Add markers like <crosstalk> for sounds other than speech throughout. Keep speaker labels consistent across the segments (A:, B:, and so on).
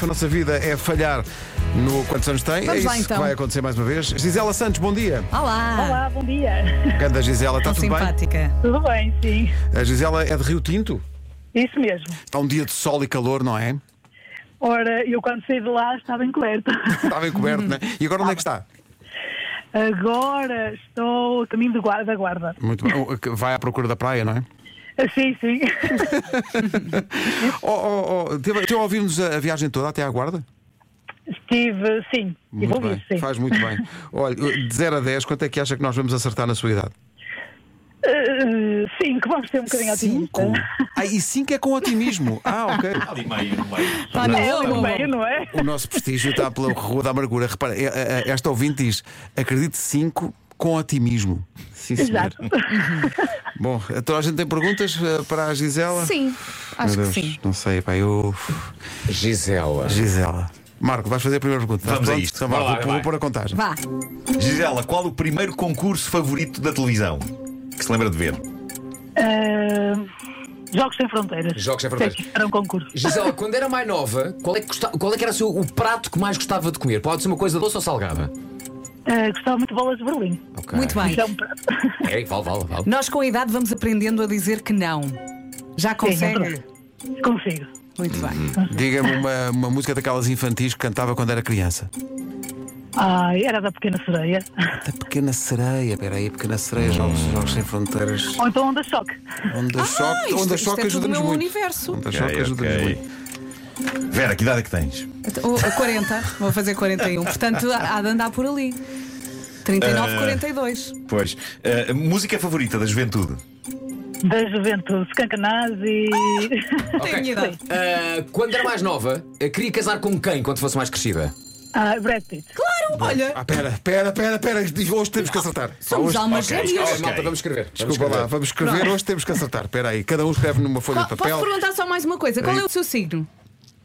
A: A nossa vida é falhar no quantos anos tem. é
B: Vamos
A: isso
B: lá, então.
A: que vai acontecer mais uma vez. Gisela Santos, bom dia.
B: Olá! Tá
C: Olá, bom dia.
A: Ah. Ganda Gisela, está
B: Tão
A: tudo bem?
B: simpática.
C: <laughs> Tudo bem, sim.
A: A Gisela é de Rio Tinto.
C: Isso mesmo.
A: Está um dia de sol e calor, não é?
C: Ora, eu quando saí de lá
A: <laughs>
C: estava encoberta.
A: Está bem coberto, não é? E agora onde é que está?
C: Agora estou a caminho de guarda, da guarda. Ah,
A: Muito bem. O- que Vai à procura da praia, não é?
C: Sim, sim. <laughs>
A: Oh, oh, oh, teve, teve a ouvir-nos a, a viagem toda até à guarda?
C: Estive, sim. E
A: Muito
C: vou
A: bem,
C: vir, sim.
A: faz muito
C: <laughs>
A: bem. Olha, de 0 a 10, quanto é que acha que nós vamos acertar na sua idade?
C: Eh, sim, que vamos ser um bocadinho otimista.
A: Ah, e 5 é com otimismo. Ah, ok.
D: Ali meio, no meio.
B: Tá na
C: É,
B: boa,
C: no
B: boa.
C: meio, não é?
A: O nosso prestígio está pela rua da amargura. Repara, é- é- é- esta ouvinte diz: acredite 5 com otimismo. Sim, senhor.
C: <laughs> Exato. <laughs>
A: Bom, então a gente tem perguntas eh, para a Gisela?
B: Sim, acho
A: Meu
B: que
A: Deus,
B: sim.
A: Não sei, pá, eu.
E: Gisela.
A: Gisela. Marco, vais fazer a primeira pergunta. Estás
D: Vamos a
A: pronto?
D: isto.
A: Então vá,
D: Bora lá,
A: vou,
D: vai.
A: vou pôr a contagem.
B: Vá,
D: Gisela, qual o primeiro concurso favorito da televisão? Que se lembra de ver?
C: Eh, Jogos Sem Fronteiras.
E: Jogos Sem Fronteiras.
C: Sei que Era um concurso.
E: Gisela, quando era mais nova, qual é que, gosta- qual é que era o, seu- o prato que mais gostava de comer? Pode ser uma coisa doce ou salgada?
C: Eh, gostava muito de bolas de Berlim.
E: Ok.
B: muito bem.
C: Isso é um prato.
E: É, vale, vale, vale.
B: Nós com a idade vamos aprendendo a dizer que não. Já consegue?
C: Consigo.
B: Muito bem.
A: Uhum. Diga-me uma, uma música daquelas infantis que cantava quando era criança.
C: Ai, Ah, era da Pequena Sereia.
A: Da Pequena Sereia, peraí, Pequena Sereia, Jogos, Jogos Sem Fronteiras.
C: Ou então Onda Choque.
A: Onda
B: Ah,
A: Choque,
B: isto-
A: Onda
B: isto
A: Choque
B: é tudo
A: ajuda-nos
B: meu
A: muito.
B: universo.
A: Onda Choque
D: Ok,
A: ajuda-nos
D: ok.
A: muito.
D: Vera, que idade é que tens?
B: Ou- ou 40, oh, vou fazer 41. Portanto, há há de andar por ali. 39,
D: Eh.
B: 42.
D: Pois. ah, música favorita da juventude?
C: Da Juventude. Skankanazzi.
B: Tenho a minha idade.
E: Ah, quando era mais nova, eh, queria casar com quem quando fosse mais crescida?
C: Ah, Brad Pitt.
B: Claro, olha,
A: Ah, pera, pera, pera, pera, hoje temos que acertar.
B: somos
A: hoje,
B: almas
D: ok.
B: gêmeas.
E: Olha, malta, vamos escrever. Vamos
A: desculpa lá,
E: escrever.
A: vamos escrever, hoje temos que acertar. Pera aí, cada um escreve numa folha
B: Po-
A: de papel.
B: Posso perguntar só mais uma coisa? Qual é o seu signo?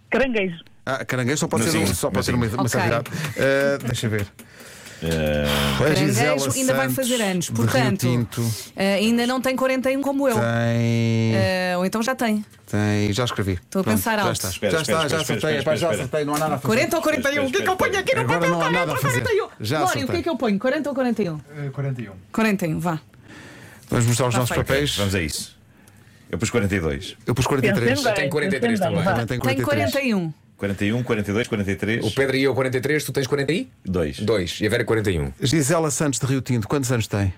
C: Caranguejo.
A: Ah, caranguejo só pode
D: Meu
A: ser, um,
D: signo,
A: só
D: meu
A: pode ser uma, uma
B: signo.
A: sanidade. Ah, deixa eu ver.
D: Ah,
A: A Gisela
B: Caranguejo ainda vai
A: Santos,
B: fazer anos,
A: de Rio
B: portanto,
A: Tinto,
B: eh, ainda não tem 41 como eu.
A: tem.
B: Eh, ou então já tem.
A: Tem, já escrevi.
B: Estou a
A: Pronto,
B: pensar
A: já
B: alto.
A: está,
D: Espera,
A: já
D: espera,
A: está, já
D: espera,
A: acertei,
D: espera,
A: rapaz, já
D: espera,
A: acertei, não há nada a fazer.
B: 40 ou 41? O que é que eu ponho aqui no
A: Agora
B: papel?
A: não há
B: Qual é
A: nada a
B: para
A: fazer.
B: 41?
A: Já
B: Lório, o que é
A: acertei.
B: que eu ponho? 40 ou 41?
A: Eh,
F: 41.
B: 41, vá.
A: Vamos mostrar os
B: Tá
A: nossos
B: feito.
A: papéis.
D: vamos a isso. Eu pus 42.
A: Eu pus 43.
C: Pensem bem,
E: tenho 43
C: pensem bem,
E: também.
C: vá.
A: Também tenho
B: Tem
A: 43.
B: 41.
D: 41, 42, 43,
E: O Pedro e eu 43, tu tens 42
D: 2.
E: e um. a Vera 41.
A: Gisela Santos de Rio Tinto, quantos anos tem?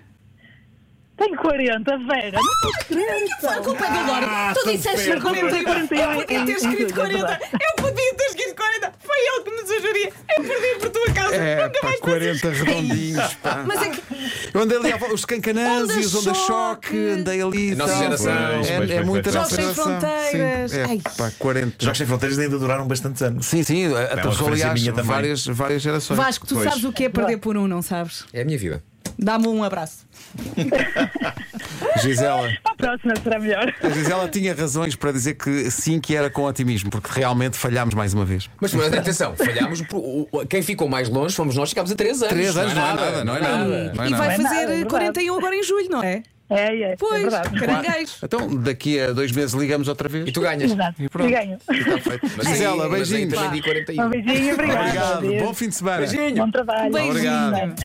C: Tenho 40, Vera. Não posso crer,
B: Foi
C: então.
B: culpa do Lório.
A: Ah,
B: tu disseste que 40 e 41. Eu podia ter escrito 40. Eu podia ter escrito 40. Foi ele que me sugeria. Eu perdi por tua causa.
A: É,
B: Nunca
A: pá, Ah,
B: mais
A: 40 redondinhos, pá.
B: Mas é que
A: Eu andei ali, à- os cancanazes,
B: Onda
A: onda choque,
B: Choque.
A: andei ali. e
E: Nossa
A: tal.
E: geração.
A: É,
D: Pois,
A: é
D: pois,
A: muita
D: pois,
A: nossa
B: pois.
A: geração.
B: Jogos sem fronteiras.
A: Sim,
B: Ai.
A: é, pá, 40.
D: Jogos Sem Fronteiras ainda duraram bastantes anos.
A: Sim, sim, atravessou
D: referência
A: aliás
D: minha também.
A: várias, várias gerações.
B: Vasco, tu
D: Pois.
B: sabes o que é perder por um, não sabes?
E: É a minha vida.
B: Dá-me um abraço.
A: Gisela.
C: A próxima será melhor.
A: A Gisela tinha razões para dizer que sim, que era com otimismo, porque realmente falhámos mais uma vez.
E: Mas, mas atenção, falhámos. por- o- o- quem ficou mais longe fomos nós, ficámos a 3 anos.
A: Três anos não é nada, não é nada. não é
B: e
A: nada.
B: vai
C: Não é
B: fazer
C: nada, é verdade.
B: 41 agora em julho, não é?
C: É, é. É
B: Pois,
C: verdade.
B: caranguejo.
A: Então, daqui a dois meses ligamos outra vez.
E: E tu ganhas.
C: Exato.
A: E pronto.
C: E ganho.
A: tá
E: Mas aí-
A: Gisela,
E: mas aí
A: beijinhos.
E: também di 41.
C: Um beijinho, obrigado.
A: Obrigado, bom fim de semana.
C: Bom trabalho.
B: Beijinho.
A: Obrigado.